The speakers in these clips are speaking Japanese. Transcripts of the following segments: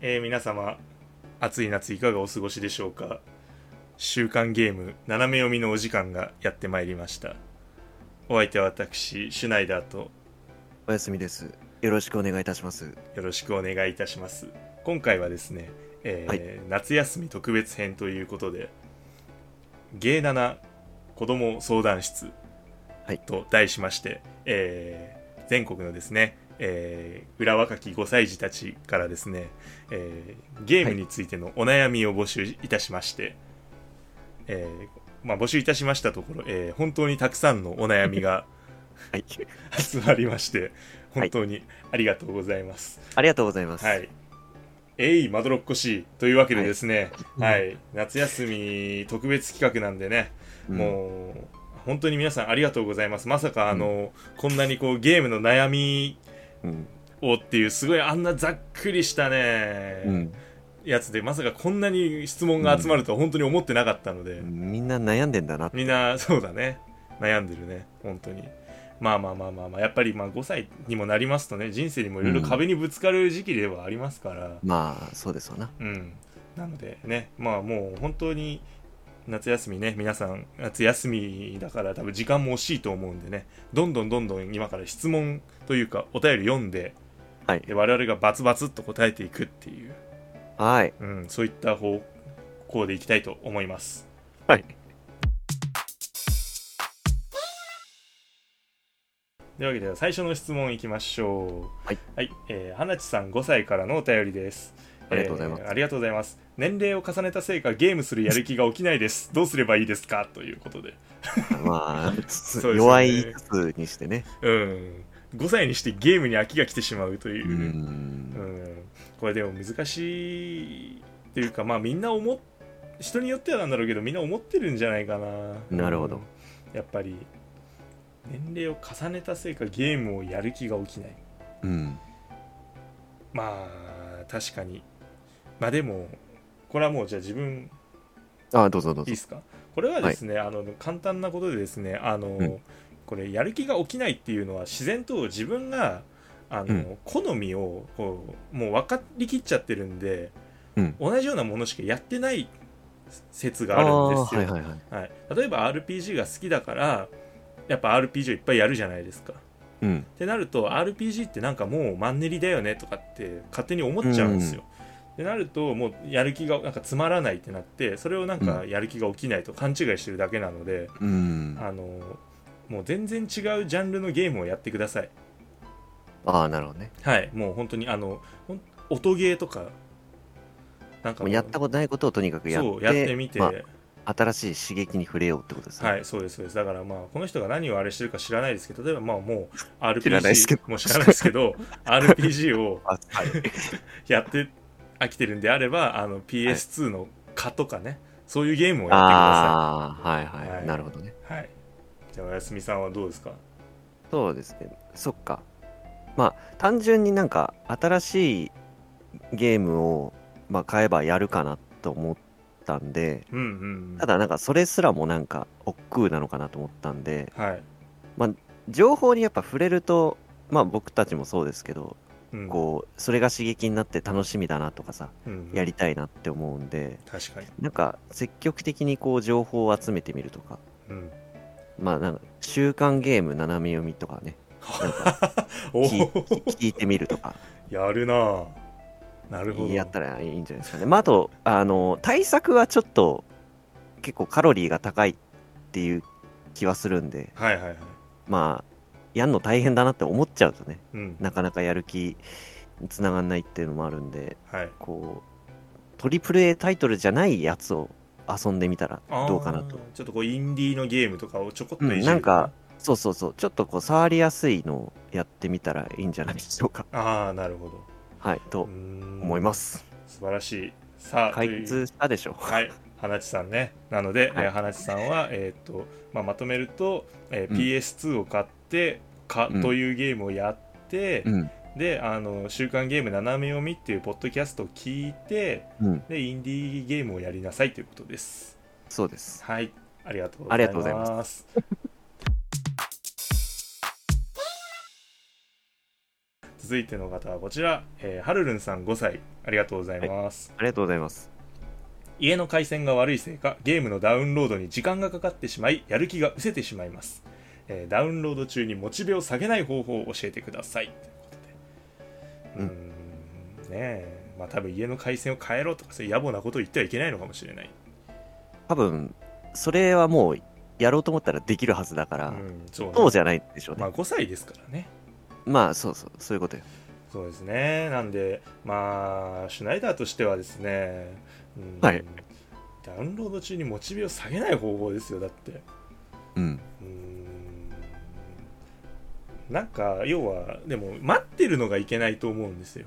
えー皆様暑い夏いかがお過ごしでしょうか週刊ゲーム斜め読みのお時間がやってまいりましたお相手は私シュナイダーとおやすみです。よろしくお願いいたします。よろしくお願いいたします今回はですね、えーは夏休み特別編ということで芸7子ども相談室はいと題しまして、えー全国のですね、えー裏若き5歳児たちからですね、えーゲームについてのお悩みを募集いたしまして、えーまあ、募集いたしましたところ、えー本当にたくさんのお悩みが はい。集まりまして本当にありがとうございます。ありがとうございます。はい。えい、まどろっこしい。というわけでですね、はい、夏休み特別企画なんでね、うんもう、本当に皆さんありがとうございます。まさか、あの、こんなにこう、ゲームの悩みうん。をっていう、すごいあんなざっくりしたね、うん。やつで、まさかこんなに質問が集まるとは本当に思ってなかったので、みんな悩んでんだな。みんな、そうだね、悩んでるね、本当に。まあまあまあまあまあ、やっぱりまあ5歳にもなりますとね、人生にもいろいろ壁にぶつかる時期ではありますから、まあ、そうですわな。うん、なのでねまあもう本当に夏休みね皆さん夏休みだから多分時間も惜しいと思うんでねどんどんどんどん今から質問というかお便り読んではいで。我々がバツバツっと答えていくっていう、はい。うん、そういった方向でいきたいと思いますはい。というわけで最初の質問いきましょうはい、えー花地さん5歳からのお便りですありがとうございますえーありがとうございます年齢を重ねたせいかゲームするやる気が起きないですどうすればいいですかということで まあ、すよね弱いやつにしてね。うん、5歳にしてゲームに飽きが来てしまうというう、うんん。これでも難しいっていうかまあみんな思っ人によってはなんだろうけどみんな思ってるんじゃないかななるほどうんやっぱり年齢を重ねたせいかゲームをやる気が起きないうん。まあ確かにまあでもこれはもうじゃあ自分あ、どうぞどういいぞで。すかこれはですね、あの簡単なことでですねあの、うんこれやる気が起きないっていうのは自然と自分があの、うん好みをこうもう分かりきっちゃってるんで、うん同じようなものしかやってない説あがあるんーですよ、はいはいはい。はい例えば RPG が好きだからやっぱ RPG をいっぱいやるじゃないですかっうん。てなると RPG ってなんかもうマンネリだよねとかって勝手に思っちゃうんですよ、ってなるともうやる気がなんかつまらないってなってそれをなんかやる気が起きないと勘違いしてるだけなので、うん。あのもう全然違うジャンルのゲームをやってくださいああ、なるほどね。はいもう本当にあのほん音ゲーとかなんかもうやったことないことをとにかくやって、そうやってみて、まあ、新しい刺激に触れようってことですね。はいそうですそうですだからまあこの人が何をあれしてるか知らないですけど例えばまあもう RPG 知らないですけどもう知らないですけど RPG を あはい。やって飽きてるんであればあの PS2 の蚊とかね、そういうゲームをやってくださいああ、はいはい、はいなるほどね。はい。じゃあ、おやすみさんはどうですかそうですね。そっか。まあ、単純になんか、新しいゲームを、まあ、買えばやるかなと思ったんで、うんうん。ただなんか、それすらもなんか、億劫なのかなと思ったんで、はい。情報にやっぱ触れると、まあ、僕たちもそうですけど、うん、こう、それが刺激になって楽しみだなとかさ、うんやりたいなって思うんで、確かに。なんか、積極的にこう、情報を集めてみるとか、うん。まあ、なんか、週刊ゲーム斜め読みとかね、なんか、お聞いお、聞いてみるとか、 やるなぁ。なるほど。やったらいいんじゃないですかね。まあ、あと、あの、対策はちょっと、結構カロリーが高いっていう気はするんで、はいはいはい。まあ、やんの大変だなって思っちゃうとね、うん。なかなかやる気につながんないっていうのもあるんで、はい。こう、トリプル A タイトルじゃないやつを遊んでみたらあーどうかなと。。ちょっとこう、インディーのゲームとかをちょこっとうんいじる、なんか。そうそうそう、ちょっとこう、触りやすいのをやってみたらいいんじゃないでしょうか。ああ、なるほど。はい、と思思います。す。素晴らしい。さあ、とい開う通したでしょう。はい、花地さんね。なので、はいえー花地さんは、えーっとまあ、まとめると、えーうん PS2 を買って、かうんというゲームをやって、うん。であの「週刊ゲーム斜め読み」っていうポッドキャストを聞いてうん。でインディーゲームをやりなさいということですそうです。はいありがとうありがとうござございいまます 続いての方はこちら、えー、はるるんさん5歳ありがとうございます、ありがとうございます。家の回線が悪いせいかゲームのダウンロードに時間がかかってしまいやる気が失せてしまいます、えーダウンロード中にモチベを下げない方法を教えてくださいということでうーんねえまあ多分家の回線を変えろとかそういう野暮なことを言ってはいけないのかもしれない、多分、それはもう、やろうと思ったらできるはずだかうら、ん、そうねそうじゃないでしょうね。まあ5歳ですからねまあ、そうそう、そういうことよ。そうですね、なんで、まあ、シュナイダーとしてはですね、うんはいダウンロード中にモチベを下げない方法ですよ、だって。うん。うんなんか、要は、でも、待ってるのがいけないと思うんですよ。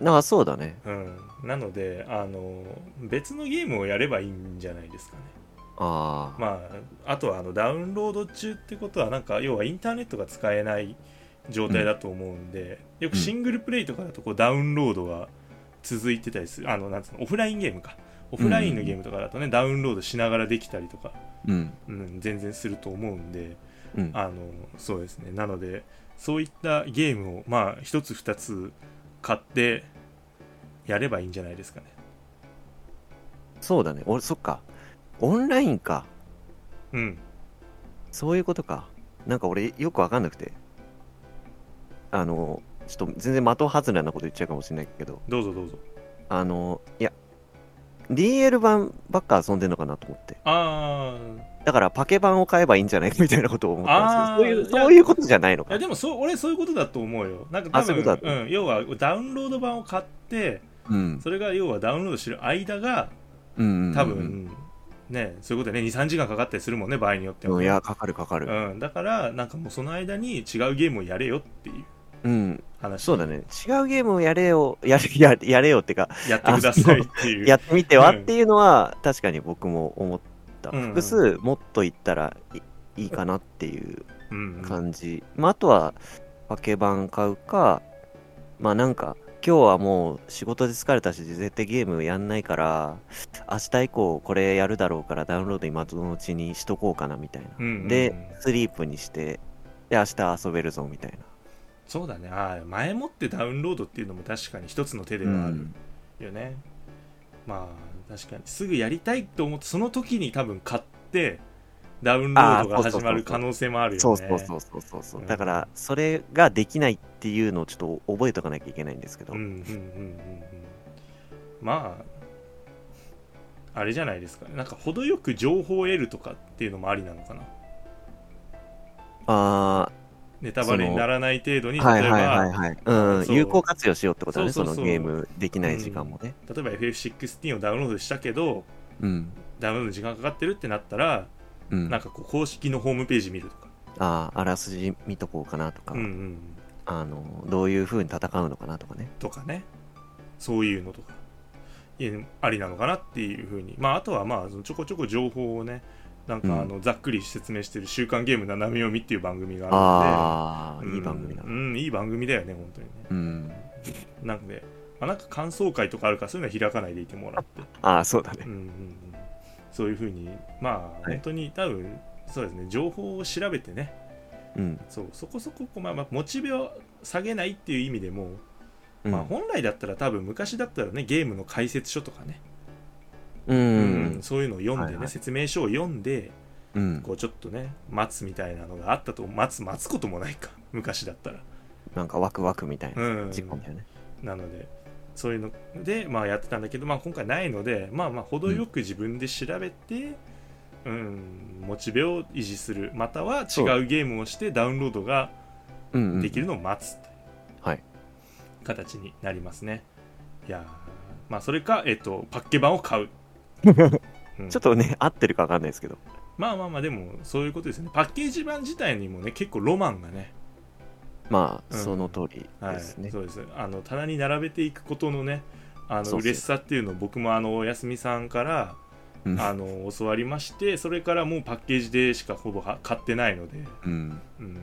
なあ、そうだね。うん、なのであの、別のゲームをやればいいんじゃないですかね。ああ、まあ、あとはあのダウンロード中ってことはなんか要はインターネットが使えない状態だと思うんで、よくシングルプレイとかだとこうダウンロードが続いてたりするあのなんつうのオフラインゲームかオフラインのゲームとかだとね、ダウンロードしながらできたりとか、うん。うん、全然すると思うんでうん。あのそうですねなのでそういったゲームをまあ一つ二つ買ってやればいいんじゃないですかねそうだね。俺、そっか。オンラインか。うんそういうことか。なんか俺、よくわかんなくて。あの、ちょっと全然的外れなこと言っちゃうかもしれないけど、どうぞどうぞあの、いや、DL 版ばっか遊んでんのかなと思って。ああだから、パケ版を買えばいいんじゃないみたいなことを思ったんですけど、そあーいやういうそういうことじゃないのいかや。でもそう俺そういうことだと思うよなんかあ多そうい分うことだとう、ん、要はダウンロード版を買ってうん。それが要はダウンロードしてる間がうん。多分、ねそういうことでね23時間かかったりするもんね場合によっては、うん。いや、かかるかかる。うん、だからなんかもうその間に違うゲームをやれよっていううん。話そうだね。違うゲームをやれよ、や れ、ややれよってか、やってくださいっていうやってみてはうんっていうのは、確かに僕も思っうた。んうん複数もっといったらいいいかなっていううんうん感じ。まあ、あとは、パケ版買うか、まあなんか、今日はもう仕事で疲れたし、絶対ゲームやんないから、明日以降これやるだろうからダウンロード今のうちにしとこうかなみたいな。うんうんうんで、スリープにして、で、明日遊べるぞみたいな。そうだねあー前もってダウンロードっていうのも確かに一つの手ではあるよね、まあ確かにすぐやりたいと思ってその時に多分買ってダウンロードがあーそうそうそうそう始まる可能性もあるよねそうそうそうそうそうそう、うんだからそれができないっていうのをちょっと覚えとかなきゃいけないんですけど、うんうんうんうんうんまああれじゃないですかなんか程よく情報を得るとかっていうのもありなのかなあネタバレにならない程度にあ例えば、はいはいはいはい、うん、そう有効活用しようってことだねそそうそうそうのゲームできない時間もね例えば FF16 をダウンロードしたけどうん、ダウンロードに時間かかってるってなったら、うんなんかこう公式のホームページ見るとか、あああらすじ見とこうかなとか、うんうん、あのどういうふうに戦うのかなとかねとかねそういうのとかいやありなのかなっていうふうに、まあ、あとはまあそのちょこちょこ情報をねなんかあのざっくり説明してる「週刊ゲーム斜め読み」っていう番組がああるあ、のでいい番組だうん、うんいい番組だよね本当にねうんなので、まあ、なんか感想会とかあるからそういうのは開かないでいてもらって、ああそうだうねんうんうん、そういうふうにまあはい本当に多分そうですね情報を調べてねうんそうそこそここう、まあまあ、モチベを下げないっていう意味でもうんまあ、本来だったら多分昔だったらねゲームの解説書とかね、ううんんそういうのを読んでね、はいはい説明書を読んでうんこうちょっとね待つみたいなのがあったと待つ待つこともないか昔だったら、なんかワクワクみたいなうん、時間だよねなのでそういうので、まあ、やってたんだけど、まあ、今回ないのでまあまあ程よく自分で調べて、うんモチベを維持するまたは違そうゲームをしてダウンロードがうん、うん、できるのを待つというはい形になりますね。いやーまあそれか、えっと、パッケ版を買 う。うんちょっとね合ってるかわかんないですけどまあまあまあでもそういうことですよねパッケージ版自体にもね結構ロマンがね,、まあ、うんその通りはい、ですね。そうですあの棚に並べていくことのねあのそうそう嬉しさっていうのを僕もあのおやすみさんからうんあの教わりましてそれからもうパッケージでしかほぼは買ってないので、 うん、うん、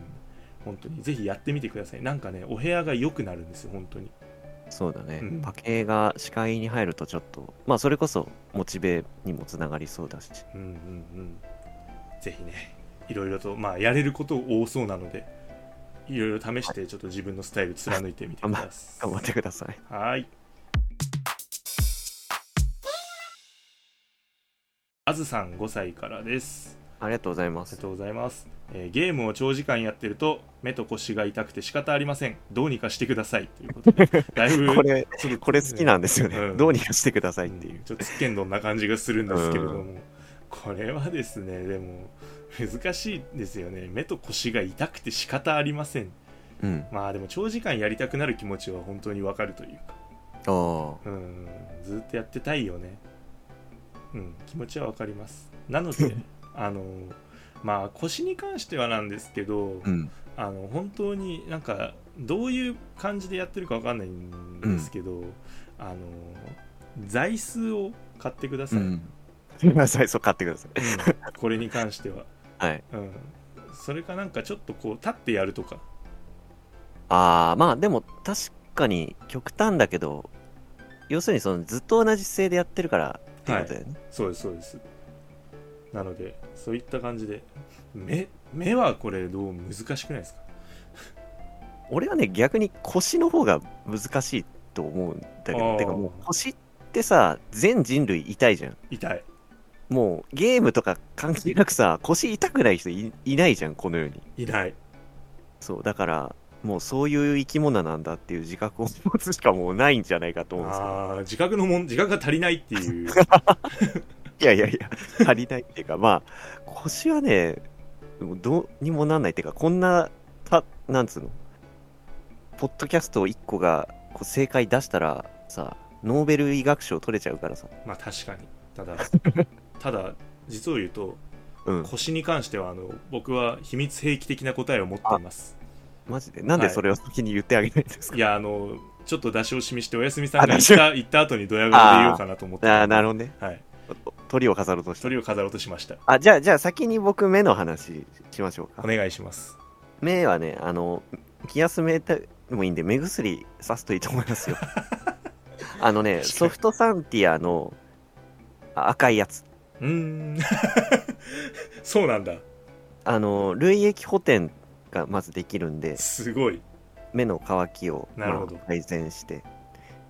本当にぜひやってみてくださいなんかねお部屋が良くなるんですよ本当にそうだね、うんパケが視界に入るとちょっと、まあ、それこそモチベにもつながりそ うだし、うんうんうんぜひねいろいろとまあやれること多そうなのでいろいろ試してちょっと自分のスタイル貫いてみてくださ頑張ってください。いはいあずさん5歳からですありがとうございまありがす。とうございます、えーゲームを長時間やってると目と腰が痛くて仕方ありませんどうにかしてくださいということ でだいぶこれ、ちょっとこれ好きなんですよね。うんどうにかしてくださいっうんていう。ちょっとつけんどんな感じがするんですけれども、これはですねでも難しいですよね目と腰が痛くて仕方ありませんうん。まあでも長時間やりたくなる気持ちは本当にわかるというかああ。うんずっとやってたいよねうん気持ちはわかりますなの であのまあ腰に関してはなんですけど、うん。あの本当になんかどういう感じでやってるかわかんないんですけど、あの座椅子を買ってくだうさい、ん。 すみません、そう買ってください。うんこれに関しては、はい。うん、それかなんかちょっとこう立ってやるとか、ああ、まあでも確かに極端だけど、要するにそのずっと同じ姿勢でやってるからっていうことだよね。そうですそうですなのでそういった感じで目目はこれどう難しくないですか俺はね、逆に腰の方が難しいと思うんだけあーど、てかもう腰ってさ、全人類痛いじゃん。痛いもうゲームとか関係なくさ、腰痛くない人いいないじゃん、この世に。いないそう、だから、もうそういう生き物なんだっていう自覚を持つしかもうないんじゃないかと思うんですよ。あー自覚のもん自覚が足りないっていう いやいやいや、足りないっていうか、まあ、腰はね、もうどうにもなんないっていうか、こんな、た、なんつうの、ポッドキャスト1個がこう正解出したらさ、ノーベル医学賞取れちゃうからさ。まあ確かにただただ実を言うとうん。腰に関してはあの僕は秘密兵器的な答えを持っていますマジで。なんでそれを先に言ってあげないんですか、いやあのちょっと出し惜しみしておやすみさんがあ行出っした行った後にドヤ顔で言おうかなと思ってああ、なるほどね。はい鳥を飾ろうとして鳥を飾ろうとしましたあ、じゃあ、じゃあ先に僕目の話しましょうか。お願いします目はね、あの、気休めでもいいんで、目薬さすといいと思 いますよ。あのね、確かにソフトサンティアのあ赤いやつ。うーん そうなんだあの、類液補填がまずできるんで、すごい目の乾きを、なるほどまあ改善して。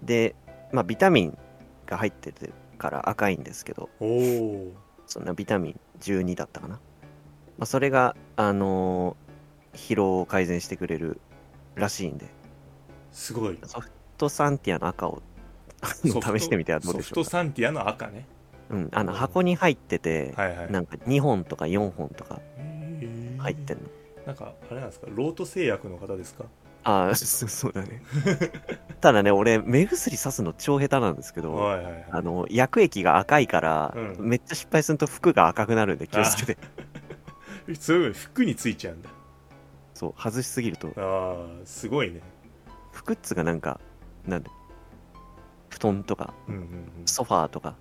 で、まあ、ビタミンが入ってるから赤いんですけど、おおそんなビタミン12だったかな。まあ、それが、あのー疲労を改善してくれるらしいんで、すごいソフトサンティアの赤をあソのフト試してみてはどうでしソょうフトか。サンティアの赤ねうん、あの箱に入ってて、はいはいなんか2本とか4本とかへー入ってんの。なんかあれなんですかロート製薬の方ですかああ、そうそうだね。 ただね、俺、目薬さすの超下手なんですけど、はいはいはいあの薬液が赤いから、うんめっちゃ失敗すると服が赤くなるんで気をつけて、そういうの服についちゃうんだそう、外しすぎると、ああすごいね服っつうかなんか、なんで、布団とか、うんうんうんソファーとか、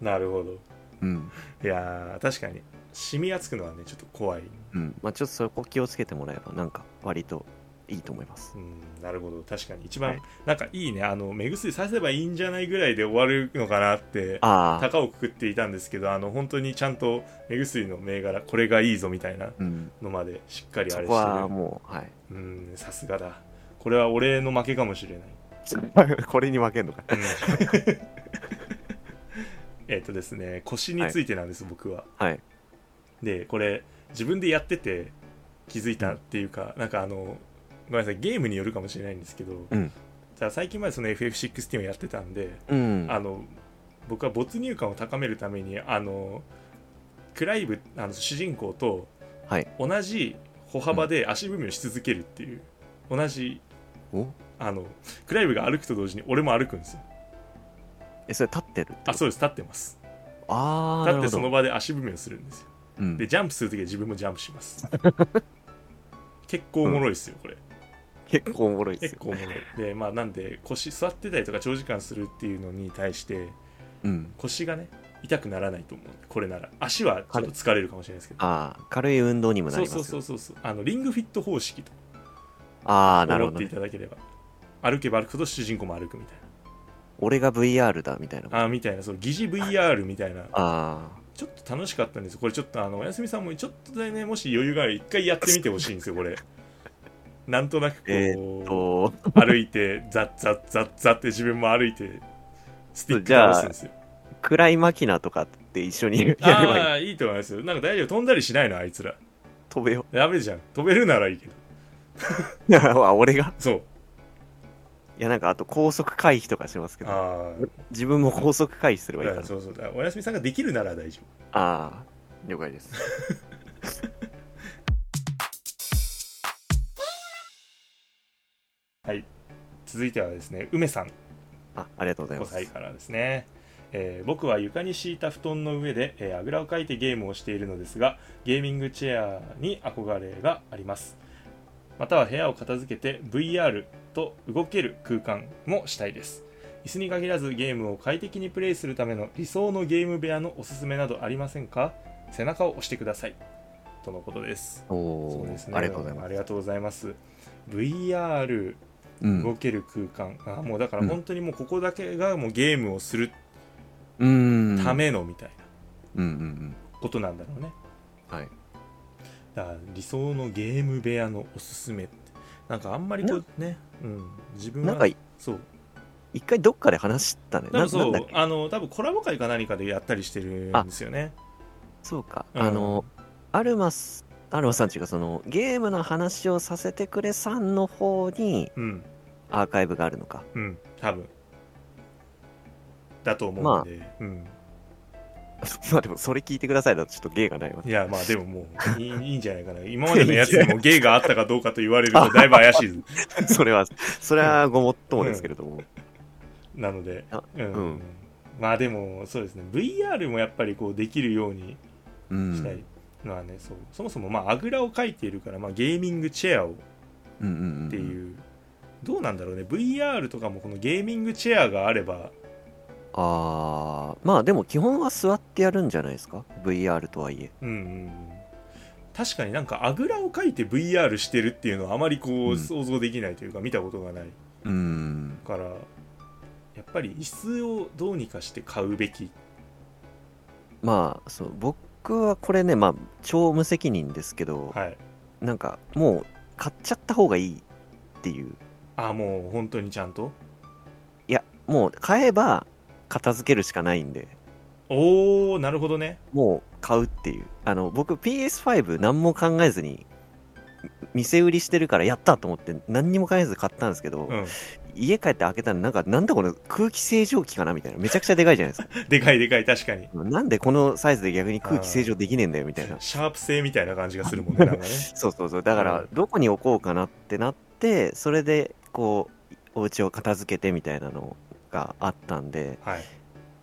なるほどうん、いやー確かに染みやつくのはねちょっと怖いうん、まあちょっとそこ気をつけてもらえば、なんか、割といいと思います。うんなるほど確かに一番、はいなんかいいねあの目薬させばいいんじゃないぐらいで終わるのかなってああ、高をくくっていたんですけどあの本当にちゃんと目薬の銘柄これがいいぞみたいなうん、のまでしっかりあそれこはしてもう、はい。るうんさすがだこれは俺の負けかもしれない これに負けんのか。うんえっとですね腰についてなんです、僕ははい。でこれ自分でやってて気づいたっていうか、なんかあのごめんなさいゲームによるかもしれないんですけど、うんじゃあ最近までその FF16 をやってたんで、うん。あの僕は没入感を高めるためにあのクライブあの主人公とはい同じ歩幅で足踏みをし続けるっていう、同じおあのクライブが歩くと同時に俺も歩くんですよえ、それ立ってるってあそうです立ってますああ、立ってそなのるほ場で足踏みをするんですよど、うんでジャンプするときは自分もジャンプします 結構おもろいですよこれ結構おもろいです結よ。構おもろいでまあなんで腰座ってたりとか長時間するっていうのに対してうん。腰がね痛くならないと思うこれなら足はちょっと疲れるかもしれないですけどああ、軽い運動にもなそうりますそよ。うそうそうそうあのリングフィット方式とああ、なる思っほどていね。ただければ歩けば歩くほど主人公も歩くみたい俺が VR だみたいな。あなあーみたいなそう疑似 VR みたいなあちょっと楽し かったんですよこれちょっとあのおやすみさんもちょっとだけねもし余裕がある一回やってみてほしいんですよこれなんとなくこう、えと、歩いてザッザッザッザッって自分も歩いてスティックじゃ倒あすんですよ暗いマキナとかって一緒にやればいい。ああーいいと思いますよなんか大丈夫飛んだりしないのあいつら飛べよ。 ダメじゃん飛べるならいいけどあ俺がそういや、なんかあと高速回避とかしますけど、あ自分も高速回避すればいいかあな。そうそうだからおやすみさんができるなら大丈夫ああ、了解です。続いてはですね梅さんあありがとうござい5ます。歳からですね、えー僕は床に敷いた布団の上で、えーあぐらをかいてゲームをしているのですがゲーミングチェアに憧れがありますまたは部屋を片付けて VR と動ける空間もしたいです椅子に限らずゲームを快適にプレイするための理想のゲーム部屋のおすすめなどありませんか背中を押してくださいとのことですおそうお、ですねありがとうございまあす。りがとうございます VR うん動ける空間、あーもうだから本当にもうここだけがもうゲームをするうん。た。めのみたいうんうんうん。なことなんだろうねはい。だから理想のゲーム部屋のおすすめってなんかあんまりこうね、うん、自分なはんか、そう一回どっかで話したね。多な分そなんだっうけあの多分コラボ会か何かでやったりしてるんですよねそうか。うんあの、アルマス、アルマさんっていうか、その、ゲームの話をさせてくれさんの方にうんアーカイブがあるのか。 うん多分だと思うんで、うんまあでも、それ聞いてくださいだとちょっと芸がないわ。いやまあでももういいいいんじゃないかな今までのやつでも芸があったかどうかと言われる とだいぶ怪しいです それは、それはごもっともですけれども。なのであ、うんうんまあでもそうですね VR もやっぱりこうできるようにうしたいん。のはね、そうそもそもまああぐらをかいているから、まあ、ゲーミングチェアをっうんうんん。ていう、どうなんだろうね VR とかもこのゲーミングチェアがあればああ、まあでも基本は座ってやるんじゃないですか ?VR とはいえ。うんうんうん確かになんかあぐらをかいて VR してるっていうのはあまりこううん想像できないというか見たことがないうん。からやっぱり椅子をどうにかして買うべきまあ、そう、僕はこれね、まあ、超無責任ですけど、はいなんかもう買っちゃった方がいいっていう。ああもう本当にちゃんといや、もう買えば片付けるしかないんで、おおなるほどねもう買うっていう。あの、僕 PS5 何も考えずに、店売りしてるからやったと思って何にも考えず買ったんですけど、うん家帰って開けたらなんかなんだこの空気清浄機かなみたいなめちゃくちゃでかいじゃないですか でかいでかい確かになんでこのサイズで逆に空気清浄できねえんだよみたいな。シャープ製みたいな感じがする もんねなんかねそうそうそう。だかうらん、どこに置こうかなってなって、それで、こう、お家を片付けてみたいなのがあったんで、はい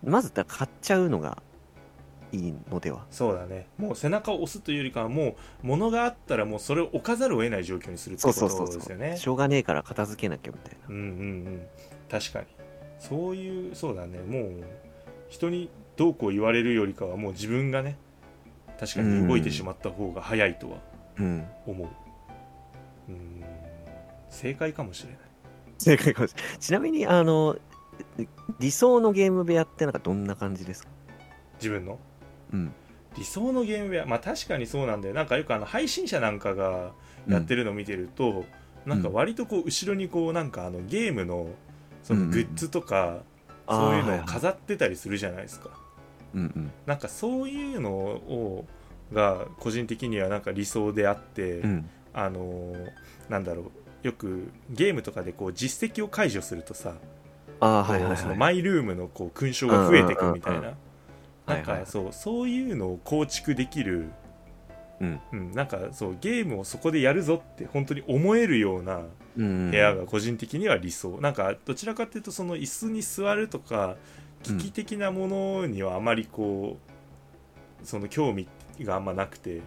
まず、買っちゃうのがいいのでは。そうだねもう背中を押すというよりかはもう物があったらもうそれを置かざるを得ない状況にするってそこうそうそとうですそよう。ねしょうがねえから片付けなきゃみたいな。うんうんうん確かにそういうそうだねもう人にどうこう言われるよりかはもう自分がね確かに動いてしまった方が早いとはうん。思ううん正解かもしれない正解かもしれない。ちなみに、あの、理想のゲーム部屋ってなんかどんな感じですか自分のうん。理想のゲーム屋まあ確かにそうなんだよなんかよくあの配信者なんかがやってるのを見てると、なんか割とこう後ろにこうなんかあのゲームのそのグッズとか、うんうんそううんいうあーはのをいはい飾ってたりするじゃないですか、うんうん。なんかそういうのをが個人的にはなんか理想であって、うん。あのーなんだろうよくゲームとかでこう実績を解除するとさ、ああ、はいはいこうそはのい。マイルームのこう勲章が増えていくみたいうんうんなうんなんはいはかいそうそういうのを構築できるうんうんなんかそうゲームをそこでやるぞって本当に思えるような部部屋が個人的には理想なんかどちらかというとその椅子に座るとかう危ん機的なものにはあまりこうその興味があんまなくて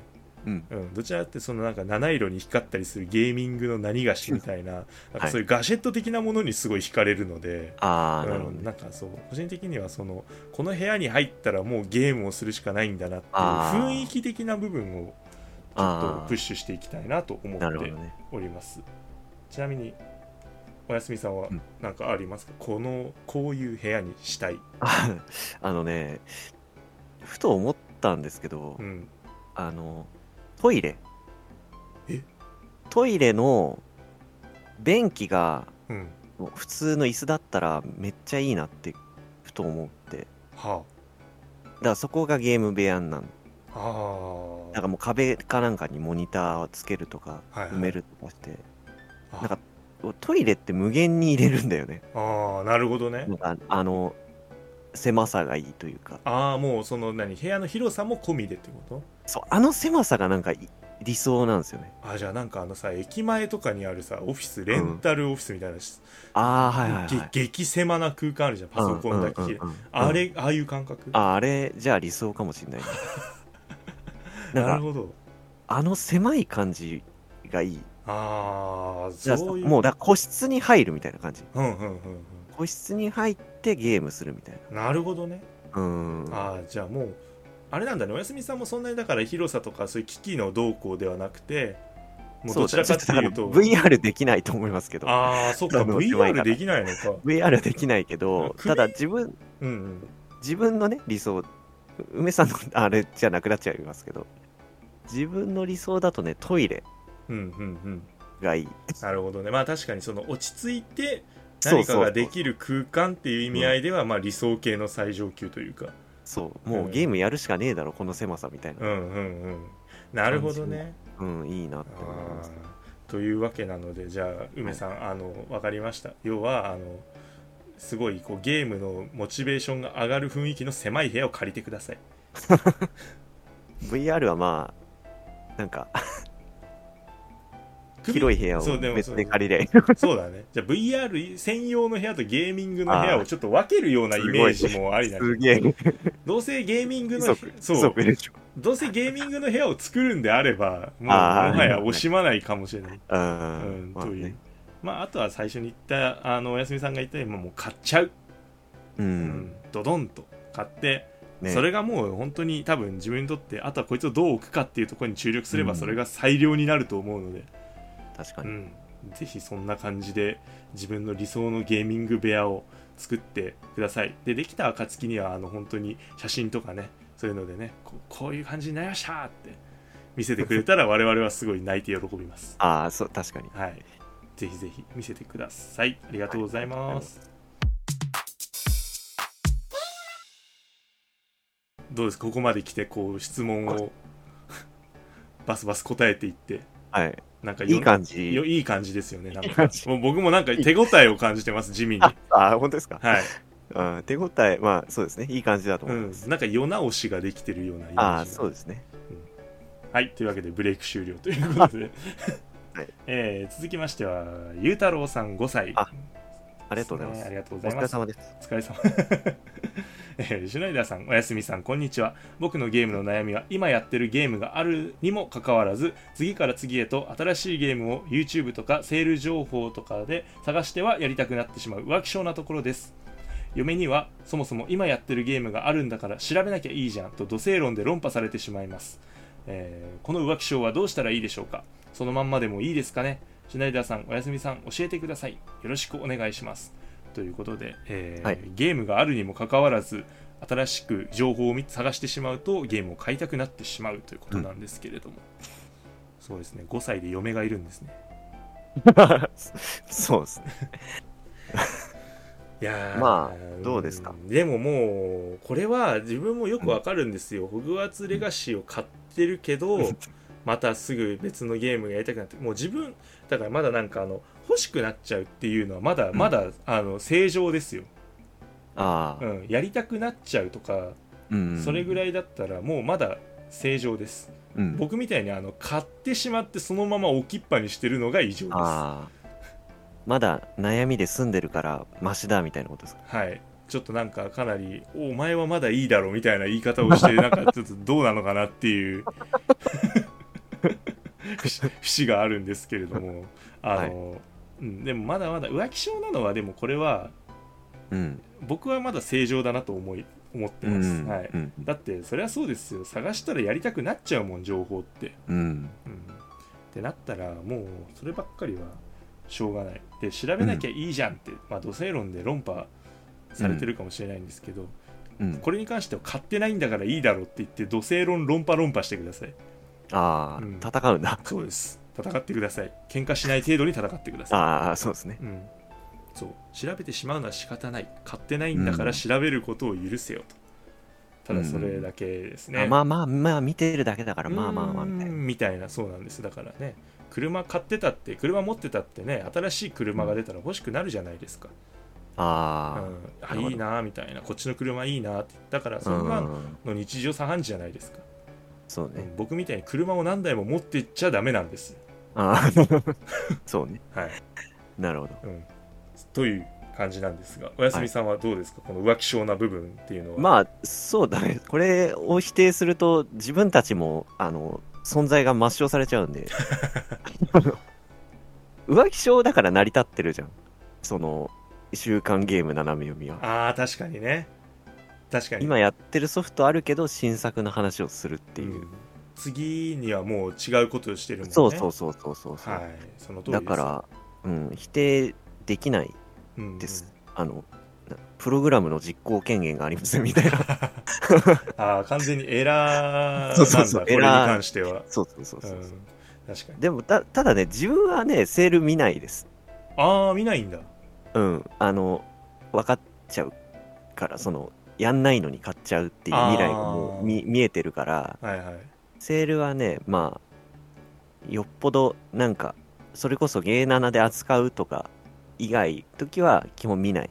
うん。うん、どちらかってそのなんか七色に光ったりするゲーミングの何がしみたいななんかそういうガジェット的なものにすごい惹かれるので、ああ、なるほどうねん、。なんかそう個人的にはそのこの部屋に入ったらもうゲームをするしかないんだなっていうあー雰囲気的な部分をちょっあとあプッシュしていきたいなと思っなるほどてね。おりますちなみにおやすみさんはうん何かありますか、このこういう部屋にしたい、ああのね、ふと思ったんですけど、うん、あの、トイレえ。トイレの、便器がうんもう普通の椅子だったらめっちゃいいなってふと思ってはだからそこがゲーム部屋になんあはなんかもう壁かなんかにモニターをつけるとかはいはい埋めるとかして、あなんかトイレって無限に入れるんだよねああなるほどねなんかあの狭さがいいというかああもうその何部屋の広さも込みでってことそうあの狭さがなんかい理想なんですよねあじゃあなんかあのさ駅前とかにあるさオフィスレンタルオフィスみたいな、ああはいはいはいげ激狭な空間あるじゃんパソコンだけ、うんうんうんうんあれああいう感覚ああれじゃあ理想かもしれない なななるんほかどあの狭い感じがいいああじゃあそういうもうだから個室に入るみたいな感じうんうんうん個室に入ってゲームするみたいうんなるほどねなうんああじゃあもうあれなんだねおやすみさんもそんなにだから広さとかそういう機器の動向ではなくてもうどちらかっていうそとだねちょっとだから VR できないと思いますけどああそっかあの狭い VR からできないのか VR できないけど首ただ自分うんうん自分のね理想梅さんのあれじゃなくなっちゃいますけど自分の理想だとねトイレうんうんうんがいいなるほどねまあ確かにその落ち着いてそう何そかうができる空間っていう意味合いではまあ理想形の最上級というかそうもうゲームやるしかねえだろこの狭さみたいなうんうんうんなるほどねうんいいなってあ思いますーというわけなのでじゃあ梅さん、あの分かりました要はあのすごいこうゲームのモチベーションが上がる雰囲気の狭い部屋を借りてください VR はまあなんか首広い部屋そうでをも別で借りれ そうだねじゃあ VR 専用の部屋とゲーミングの部屋あをーちょっと分けるようなイメージもありだねすげえどうせゲーミング不の足不そう足でしょどうせゲーミングの部屋を作るんであればもうもあーはや惜しまないかもしれない、ううんんまあという、ねまああとは最初に言ったあのおやすみさんが言ったようにもう買っちゃうううんんドドンと買って、ねそれがもう本当に多分自分にとってあとはこいつをどう置くかっていうところに注力すればうんそれが最良になると思うので、確かうにんぜひそんな感じで自分の理想のゲーミング部屋を作ってくださいでできた暁にはあの本当に写真とかねそういうのでねこうこういう感じになりましたって見せてくれ たら我々はすごい泣いて喜びますああそう確かにはいぜひぜひ見せてくださいありがとうございます、どうですかここまで来てこう質問を バスバス答えていってはいなんかよいい感じよいい感じですよねなんいいか感じもう僕もなんか手応えを感じてます 地味にはああ本当ですかい、うん手応えまあそうですねいい感じだとう思いんます、なんか世直しができてるようなイメージがああそうですねはい、というわけでブレイク終了ということで、はい えー続きましてはゆうたろうさん5歳あありがとうございまねあすりがとうおござい疲まれす様ですお疲れ様 えーシュナイダーさんおやすみさんこんにちは僕のゲームの悩みは今やってるゲームがあるにもかかわらず次から次へと新しいゲームを YouTube とかセール情報とかで探してはやりたくなってしまう浮気症なところです嫁にはそもそも今やってるゲームがあるんだから調べなきゃいいじゃんと土星論で論破されてしまいます、えーこの浮気症はどうしたらいいでしょうかそのまんまでもいいですかねシュナイダーさんおやすみさん教えてくださいよろしくお願いしますということで、えーはいゲームがあるにもかかわらず新しく情報を見探してしまうとゲームを買いたくなってしまうということなんですけれども、そうですね5歳で嫁がいるんですねそうですねいやーまあどうですかんでももうこれは自分もよくわかるんですよ、ホグワーツレガシーを買ってるけど、またすぐ別のゲームがやりたくなってもう自分だからまだなんかあの欲しくなっちゃうっていうのはまだんまだ、あの正常ですよ、あうあん、やりたくなっちゃうとかうんそれぐいらいだったらもうまだ正常です、僕僕みたいにあの買ってしまってそのまま置きっぱにしてるのが異常ですはああまだ悩みで済んでるからマシだみたいなことですかいちょっとなんかかなり「お前はまだいいだろ」みたいな言い方をして なんかちょっとどうなのかなっていう節節があるんですけれどもあの、うん、でもまだまだ浮気症なのはでもこれはうん僕はまだ正常だなと思い思ってうます、んはい、うんだってそりゃそうですよ探したらやりたくなっちゃうもん情報ってうんうんってなったらもうそればっかりはしょうがないで調べなきゃいいじゃんって、まあ、土星論で論破されてるかもしれないんですけど、うんこれに関しては買ってないんだからいいだろって言って土星論論破論破してくださいああうん戦うんだ そうです戦ってください喧嘩しない程度に戦ってくださいああ、そうですね。うん、そう調べてしまうのは仕方ない買ってないんだから調べることを許せよと、ただそれだけですね、あまあまあまあ、見てるだけだから、まあまあまあ、うーんみたいな。みたいなそうなんですだからね車買ってたって車持ってたってね新しい車が出たら欲しくなるじゃないですか、うんああなるほどいいなみたいなこっちの車いいなってだからあ、そうんんなの日常茶飯事じゃないですか、そうね。うん僕みたいに車を何台も持ってっちゃダメなんですああ、 そうね。はい、なるほど。うん、という感じなんですがおやすみさんはどうですか、この浮気症な部分っていうのはまあ、そうだね。これを否定すると、自分たちも、あの、存在が抹消されちゃうん で。浮気症だから成り立ってるじゃん。その、週刊ゲーム斜め読みは。あー確かにね確かに今やってるソフトあるけど、新作の話をするっていう。うん次にはもう違うことをしてるもんねそうそうそうそうそうそう。はいその通りですだから、うん、否定できないうんです。あの、なプログラムの実行権限がありませんみたいな。ああ完全にエラーなんだそうそうそうこれエにラー関しては、 そうそうそううそんう、確かにでもた、ただね、自分はね、セール見ないです。ああ見ないんだうん。あの、分かっちゃうから、その、やんないのに買っちゃうっていう未来がもあーう見見えてるから、はいはいセールはね、まあ、よっぽど、なんか、それこそゲー7で扱うとか以外、時は基本見ない。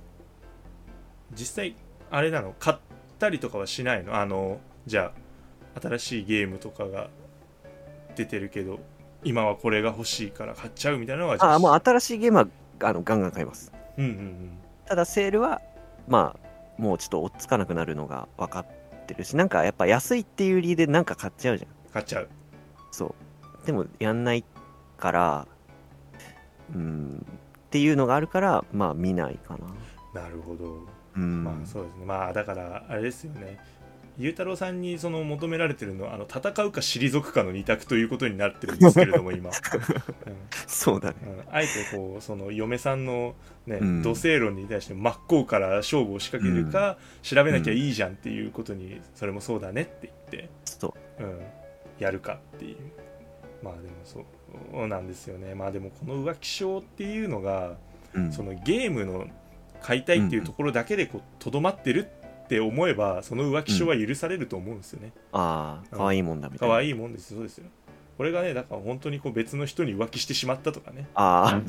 実際あれなの買ったりとかはしないのあのじゃあ新しいゲームとかが出てるけど今はこれが欲しいから買っちゃうみたいなのはああ、もうう新しいゲームはあのガンガン買います。うんうんうんただセールはまあもうちょっと追っつかなくなるのが分かってるしなんかやっぱ安いっていう理由でなんか買っちゃうじゃん買っちゃうそうでもやんないからうんっていうのがあるからまあ見ないかななるほどうんまあそうですねまあだからあれですよねゆうたろうさんにその求められてるのはあの戦うか退くかの二択ということになってるんですけれども今、そうだねうんうんあえてこうその嫁さんの、ねうん土星論に対して真っ向から勝負を仕掛けるか、調べなきゃいいじゃんっていうことに、それもそうだねって言って、そううん、やるかっていうまあでもそうなんですよねまあでもこの浮気症っていうのがうんそのゲームの解体っていうところだけでこうとどまってるって思えばその浮気症は許されると思うんですよね、ああかわいいもんだみた可いな愛いもんですそうですよこれがねだから本当にこう別の人に浮気してしまったとかねあ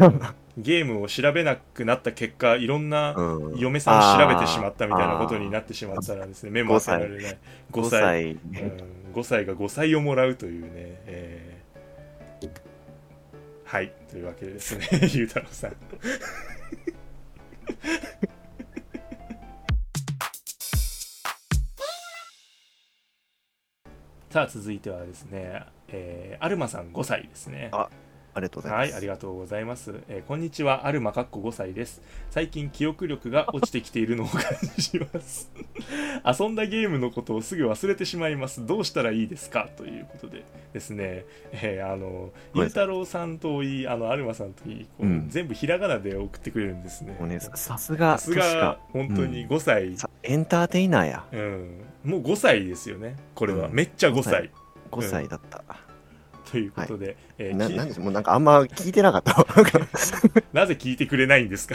ゲームを調べなくなった結果いろんあ、なうん、嫁さんを調べてしまったみたいなことになってしまったらですね目も当てられない5 5歳歳うん5歳が5歳をもらうというね、えーはいというわけでですね ゆうたろうさんさあ続いてはですね、えーアルマさん5歳ですねあありがとうございはますい、ありがとうございます。えーこんにちは、アルマかっこ5歳です。最近記憶力が落ちてきているのを感じます。 遊んだゲームのことをすぐ忘れてしまいます。どうしたらいいですかということでですね、えーあの、ごめんゆなうさたろうさんといい、あの、アルマさんといい、こううん全部ひらがなで送ってくれるんですね。もうねささすがす確かが、本当に5歳、さエンターテイナーやうん、もう5歳ですよね、これは。うんめっちゃ5 5歳歳。5歳だった、ということで、えーなきなんでもうなんかあんま聞いてな かったわなぜ聞いてくれないんですか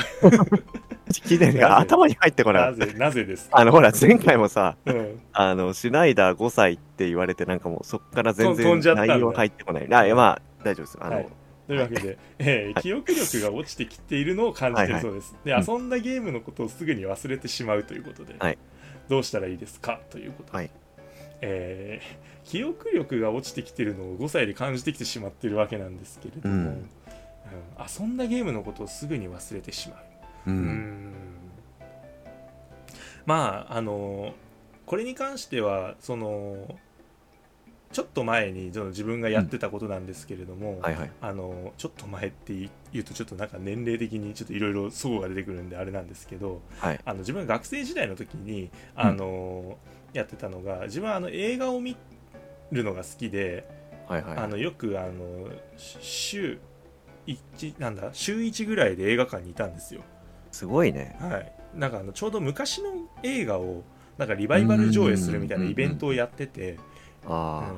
聞いてない頭に入ってこなかなったぜ、なぜですか、あのほら前回もさうんあのシュナイダー5歳って言われてなんかもうそこから全と飛ん然じゃったんだ内容入ってこないあいやまあ大丈夫ですあの、はいというわけで、えー記憶力が落ちてきているのを感じているそうです。はいで、遊んだゲームのことをすぐに忘れてしまうということで、はいどうしたらいいですかということで、はいえー記憶力が落ちてきているのを5歳で感じてきてしまっているわけなんですけれども、うんうん遊んだゲームのことをすぐに忘れてしまう。ううーんんまああのこれに関してはそのちょっと前にその自分がやってたことなんですけれども、はいはいあのちょっと前って言うとちょっとなんか年齢的にちょっといろいろ齟齬が出てくるんであれなんですけどはいあの自分が学生時代の時にあの、やってたのが自分はあの映画を見るのが好きで、はいはいあのよくあのし週1なんだ週1ぐらいで映画館にいたんですよ。すごいねはい、なんかあのちょうど昔の映画をなんかリバイバル上映するみたいなイベントをやってて、あ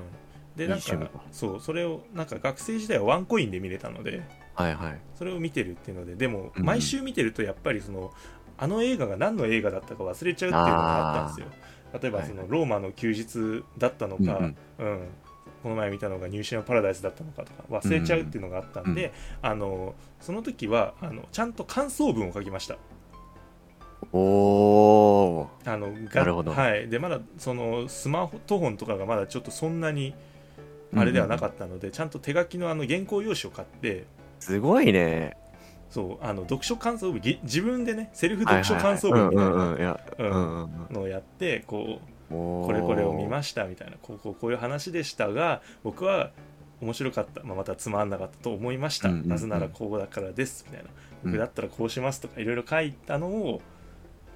でいいなん趣味かだそうそれをなんか学生時代はワンコインで見れたのではいはい。それを見てるっていうのででもうん毎週見てるとやっぱりそのあの映画が何の映画だったか忘れちゃうっていうのがあったんですよ例えばそのローマの休日だったのか、うんうん、この前見たのが「ニューシアン・パラダイス」だったのかとか忘れちゃうっていうのがあったんで、あのその時はあのちゃんと感想文を書きました。おー。あのなるほどはい、でまだそのスマートフォンとかがまだちょっとそんなにあれではなかったので、ちゃんと手書きのあの原稿用紙を買ってすごいね。そうあの読書感想文ぎ自分でねセルフ読書感想文みたいはいはいはいうんうんうん。いや、うなんうんうんうんのをやってこうおーこれこれを見ましたみたいなこうこうこういう話でしたが僕は面白かった、まあ、またつまんなかったと思いました、うんうんうんなぜならこうだからですみたいな僕だったらこうしますとかいろいろ書いたのを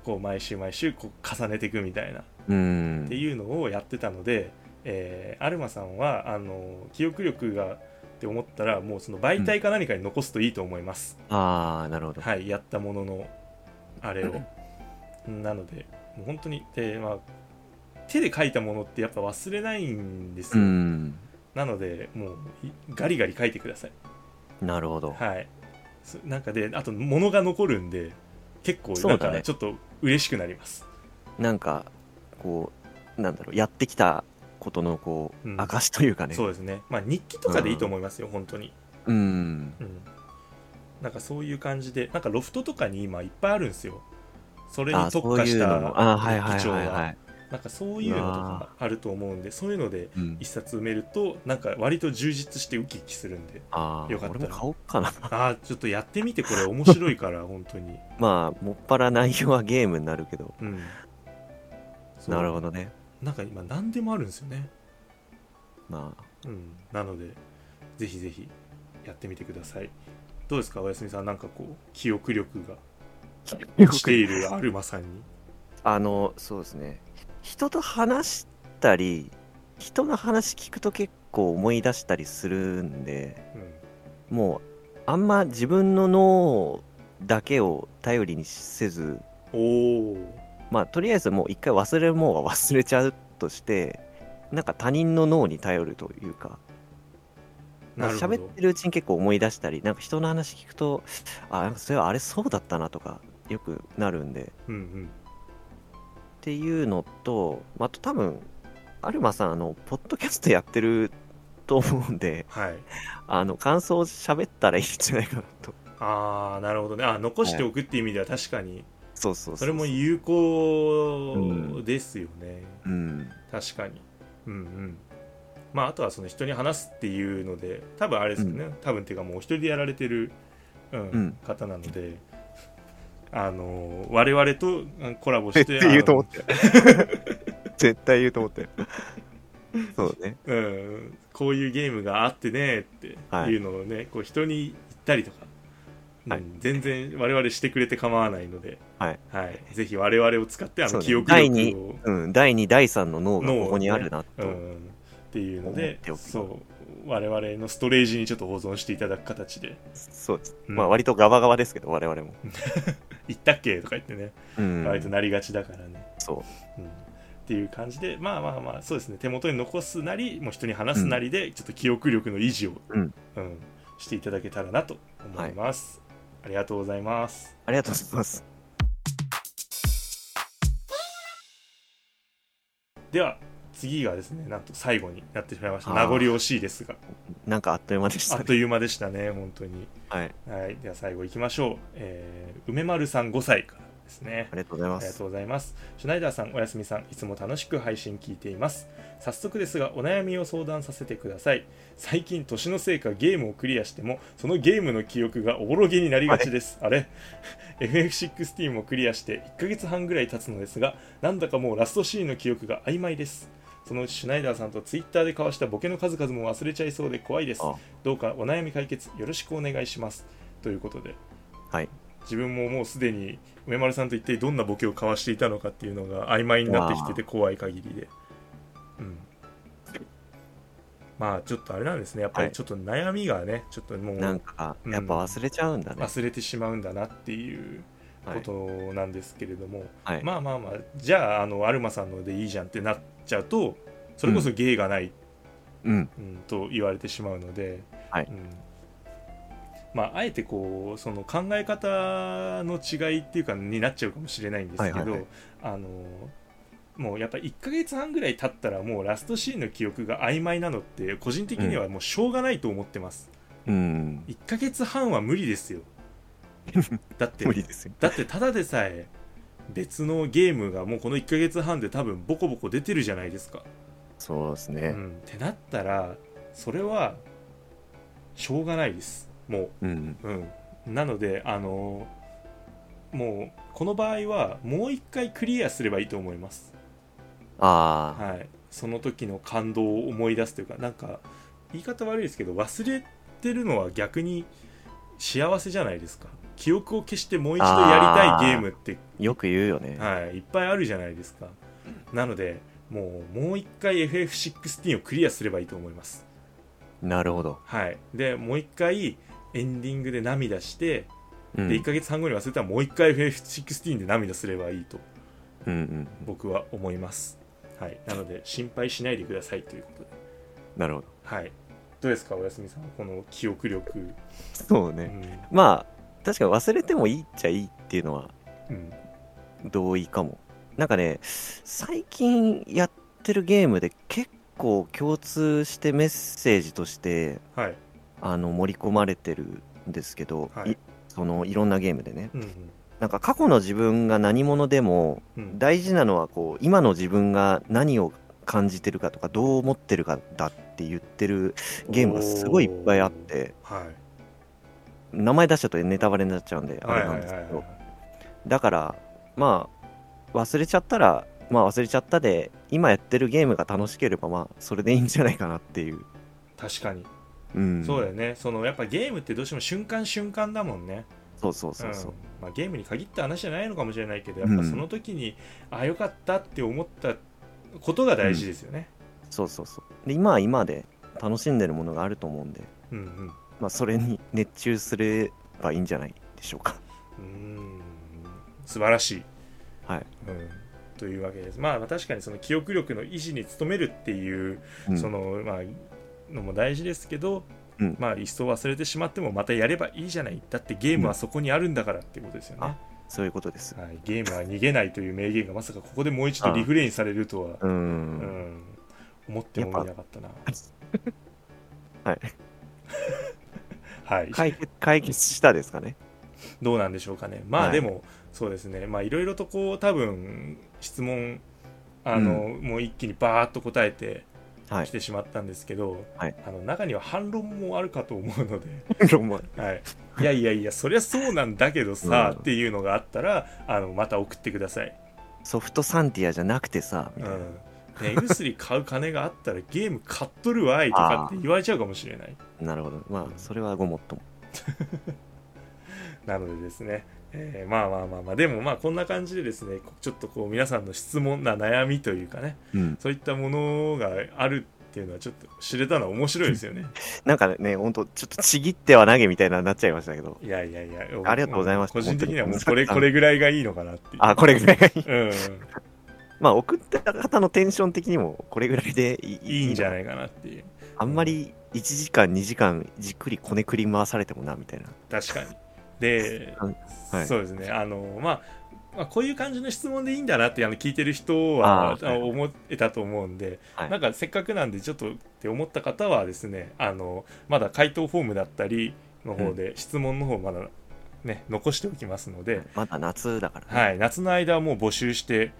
こう毎週毎週こう重ねていくみたいなっうん。ていうのをやってたので、えーアルマさんはあの記憶力がって思ったらもうその媒体か何かに残すといいと思います、ああ、なるほど。はいやったもののあれをなのでもう本当にで、まあ、手で書いたものってやっぱ忘れないんですうよ、ん。なのでもういガリガリ書いてくださいなるほど。はいすなんかであと物が残るんで結構そなんうだねかちょっと嬉しくなりますなんか、こう、なんだろう、やってきたことの、こう、うん証というかね。そうですねまあ日記とかでいいと思いますよ、本当にうん。うんなんかそういう感じでなんかロフトとかに今いっぱいあるんですよそれあーにそ特う化いしうたのも。あーはいはい日記帳はいは。はいなんかそういうのとかあると思うんでそういうのでうん一冊埋めるとなんか割と充実してウキウキするんでああ、よかった俺も買おうかな。 ああちょっとやってみてこれ面白いから本当にまあ、もっぱら内容はゲームになるけど。うんそうなるほどね。なんか今何でもあるんですよねまあ、うんなのでぜひぜひやってみてくださいどうですかおやすみさんなんかこう記憶力が落ちているアルマさんにあの、そうですね。人と話したり、人の話聞くと結構思い出したりするんで、もう、あんま自分の脳だけを頼りにせず、うんおおまあ、とりあえずもう一回忘れるもんは忘れちゃうとして、なんか他人の脳に頼るというか、なまあるほ喋どってるうちに結構思い出したり、なんか人の話聞くと、あ、なんかそれはあれそうだったなとか、よくなるんで、うんうんっていうのと、まああと多分、アルマさん、あの、ポッドキャストやってると思うんで、はいあの、感想を喋ったらいいんじゃないかなと。ああなるほどねあ残しておくっていう意味では確かにそうそうそう。それもい。有効ですよね、うん。確かにうんうんまああとはその人に話すっていうので多分あれですよね、多分っていうかもう一人でやられてる、うんうん方なのであの我々とうんコラ ボしてあて。絶対言うと思って。そうね。のうん、こういうゲームがあってねっていうのをね、こう人に言ったりとか、うんはい全然我々してくれて構わないので、はいぜひ我々を使ってあそのうね記憶第力二をうん。第2、第3の脳が脳をねここにあるなうと。ん、っていうの思っでておくそう我々のストレージにちょっと保存していただく形でそうです。うんまあ、割とガバガバですけど、我々も。 「行ったっけ?」とか言ってね、うん。割となりがちだからね、そう。うん、っていう感じでまあまあまあそうですね手元に残すなりもう人に話すなりで、ちょっと記憶力の維持を、うんうんしていただけたらなと思います、ありがとうございますありがとうございます。では次がですねなんと最後になってしまいましたあー名残惜しいですがなんかあっという間でしあたっね。という間でしたね本当にはい。はい、では最後いきましょう、えー梅丸さん5歳からですねありがとうございまありがすと。うございますシュナイダーさんおやすみさんいつも楽しく配信聞いています早速ですがお悩みを相談させてください最近年のせいかゲームをクリアしてもそのゲームの記憶がおぼろげになりがちですあれ FF16 もクリアして1ヶ月半ぐらい経つのですがなんだかもうラストシーンの記憶が曖昧ですそのうちシュナイダーさんとツイッターで交わしたボケの数々も忘れちゃいそうで怖いですあどうかお悩み解決よろしくお願いしますということではい。自分ももうすでに梅丸さんと一体どんなボケを交わしていたのかっていうのが曖昧になってきてて怖い限りで、うん、まあちょっとあれなんですねやっぱりはいちょっと悩みがねちょっともなんうか、うんやっぱ忘れちゃうんだね。忘れてしまうんだなっていうはこい。となんですけれども、はいまあまあまあじゃああのアルマさんのでいいじゃんってなっちゃうとそれこそ芸がないっうん。うん、と言われてしまうので、はいうんまあ、あえてこうその考え方の違いっていうかになっちゃうかもしれないんですけど、はいはいはいあのもうやっぱ1ヶ月半ぐらい経ったらもうラストシーンの記憶が曖昧なのって個人的にはもうしょうがないと思ってます、うん。 1ヶ月半は無理です よだって無理ですよ。だってただでさえ別のゲームがもうこの1ヶ月半で多分ボコボコ出てるじゃないですかそうですうね。ん、ってなったらそれはしょうがないですもうん。う、うん、なのであのもうこの場合はもう一回クリアすればいいと思います、あはい、その時の感動を思い出すというかなんか言い方悪いですけど忘れてるのは逆に幸せじゃないですか記憶を消してもう一度やりたいゲームってあ、よく言うよね。はい、いっぱいあるじゃないですかなのでもうもう一回 FF16 をクリアすればいいと思いますなるほど。はいでもう一回エンディングで涙して、うん。で1ヶ月半後に忘れたらもう一回 FF16 で涙すればいいとうんうん。僕は思いますはいなので心配しないでくださいということでなるほど。はいどうですかおやすみさんこの記憶力そううね。ん、まあ、確かに忘れてもいいっちゃいいっていうのはうん、同意かも。なんかね、最近やってるゲームで結構共通してメッセージとしてはいあの盛り込まれてるんですけど、はいいそのいろんなゲームでね。うんうんなんか過去の自分が何者でもうん大事なのはこう今の自分が何を感じてるかとかどう思ってるかだって言ってるゲームがすごいいっぱいあってはい名前出しちゃうとネタバレになっちゃうんであはいれなはんいではすけいどだからまあ忘れちゃったらまあ忘れちゃったで今やってるゲームが楽しければまあそれでいいんじゃないかなっていう、確かにうん、そうだよねそのやっぱゲームってどうしても瞬間瞬間だもんねそうそうそうそう、んまあ、ゲームに限った話じゃないのかもしれないけどやっぱうんその時に、ああよかったって思ったことが大事ですよね、そうそうそうで今は今で楽しんでるものがあると思うんでうん、うんまあそれに熱中すればいいんじゃないでしょうかうん素晴らしい、はいうん、というわけですまあ確かにその記憶力の維持に努めるっていう、うんそのまあのも大事ですけど、うんまあ一層忘れてしまってもまたやればいいじゃないだってゲームはそこにあるんだからっていうことですよね、そういうことですはい、ゲームは逃げないという名言がまさかここでもう一度リフレインされるとはううんん、思ってもみなかったな。 はい。 はい、解決解決したですかねどうなんでしょうかね。まはあいでも、そうですね、まあいろいろとこう、多分質問、あの、もう一気にバーっと答えては いきてしまったんですけど、はいあの中には反論もあるかと思うので、 ロマンはい、いやいやいや、そりゃそうなんだけどさ、うんっていうのがあったら、あのまた送ってください。ソフトサンティアじゃなくてさみうたいな、ん目薬買う金があったらゲーム買っとるわいとかって言われちゃうかもしれない。なるほどまあそれはごもっともなのでですね、えーまあまあまあまあでもまあこんな感じでですねこちょっとこう皆さんの質問な悩みというかねうん、そういったものがあるっていうのはちょっと知れたのは面白いですよ ねなんかねほんとちょっとちぎっては投げみたいなになっちゃいましたけどいやいやいやありがとうございました個人的にはもう本当こにれこれぐらいがいいのかなっていうあこ れぐらいがいいうんまあ送った方のテンション的にもこれぐらいでいいいいんじゃないいかなっていうあんまり1時間2時間じっくりこねくり回されてもなみたいな確かにで、はいそうですねあのまあまあ、こういう感じの質問でいいんだなってあの聞いてる人はあーあのはい思えたと思うんで、はいなんかせっかくなんでちょっとって思った方はですねあのまだ回答フォームだったりの方で質問の方まだね、残しておきますので、まだ夏だからね、はい、夏の間はもう募集して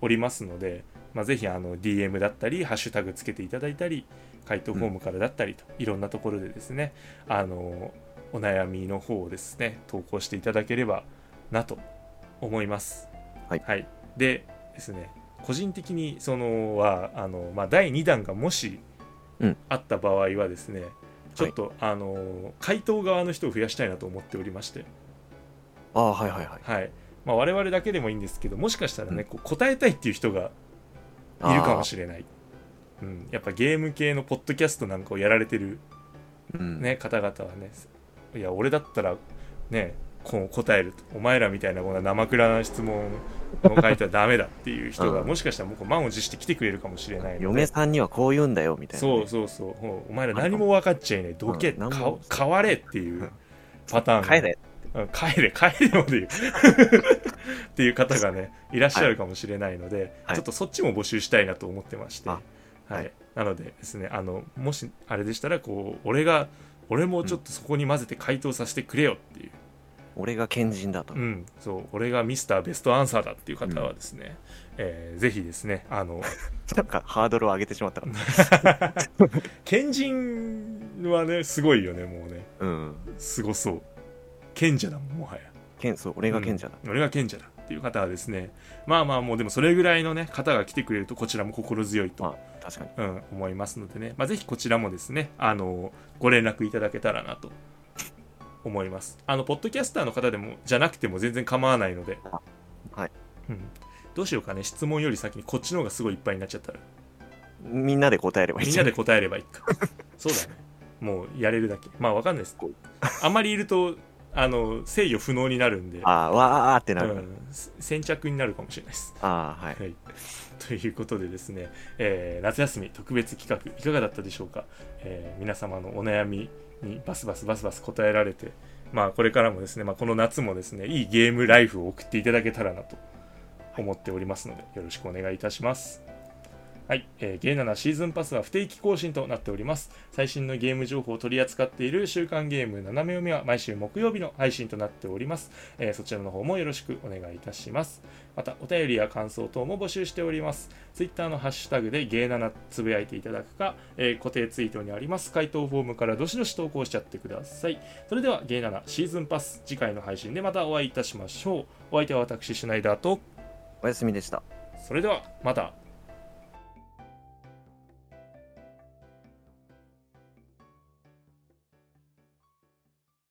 おりますので、まあ、ぜひあの DM だったりハッシュタグつけていただいたり回答フォームからだったりと、いろんなところでですねあのお悩みの方をですね投稿していただければなと思います。はいでですね個人的にそのはあの、まあ、第2弾がもしうんあった場合はですね、ちょっと、あの回答側の人を増やしたいなと思っておりまして。ああはいはいはいはいまあ、我々だけでもいいんですけどもしかしたらね、うんこう答えたいっていう人がいるかもしれない、うん、やっぱゲーム系のポッドキャストなんかをやられてる、れない、うんね、方々はねいや俺だったらねこう答えるとお前らみたいなこんな生クラな質問を書いたらダメだっていう人がうんもしかしたらもうこう満を持して来てくれるかもしれないので嫁さんにはこう言うんだよみたいなね、そうそうそうもうお前ら何も分かっちゃいないどけ、うん何かも変われっていうパターンが帰れうん帰れ 帰れまで言うっていう方がねいらっしゃるかもしれないので、はいちょっとそっちも募集したいなと思ってまして、はあいはいなのでですねあのもしあれでしたらこう俺が俺もちょっとそこに混ぜて回答させてくれよっていう、俺が賢人だと、うんそう俺がミスターベストアンサーだっていう方はですね、えーぜひですねあのなんかハードルを上げてしまったから賢人はねすごいよねもうねうんすごそう賢者だもんもはや賢そう俺が賢者だ、うん俺が賢者だっていう方はですねまあまあもうでもそれぐらいのね方が来てくれるとこちらも心強いと、まあ確かにうん、思いますのでね、まあ、ぜひこちらもですねあのご連絡いただけたらなと思いますあのポッドキャスターの方でもじゃなくても全然構わないのではい、うん、どうしようかね質問より先にこっちの方がすごいいっぱいになっちゃったらみんなで答えればいいみんじゃなんで答えればいい かそうだねもうやれるだけまあわかんないですあんまりいるとあの制御不能になるんでああわーってなるうから、ん、先着になるかもしれないです。ああはいはい、 ということでですね、えー夏休み特別企画いかがだったでしょうか、えー皆様のお悩みにバスバスバスバス答えられて、まあ、これからもですね、まあ、この夏もですねいいゲームライフを送っていただけたらなと思っておりますのでよろしくお願いいたします。はい、えーゲイナナシーズンパスは不定期更新となっております。最新のゲーム情報を取り扱っている週刊ゲーム斜め読みは毎週木曜日の配信となっております。えーそちらの方もよろしくお願いいたします。また、お便りや感想等も募集しております。ツイッターのハッシュタグでゲイナナつぶやいていただくか、えー固定ツイートにあります回答フォームからどしどし投稿しちゃってください。それではゲイナナシーズンパス次回の配信でまたお会いいたしましょう。お相手は私、シュナイダーと、おやすみでしたそれではまた。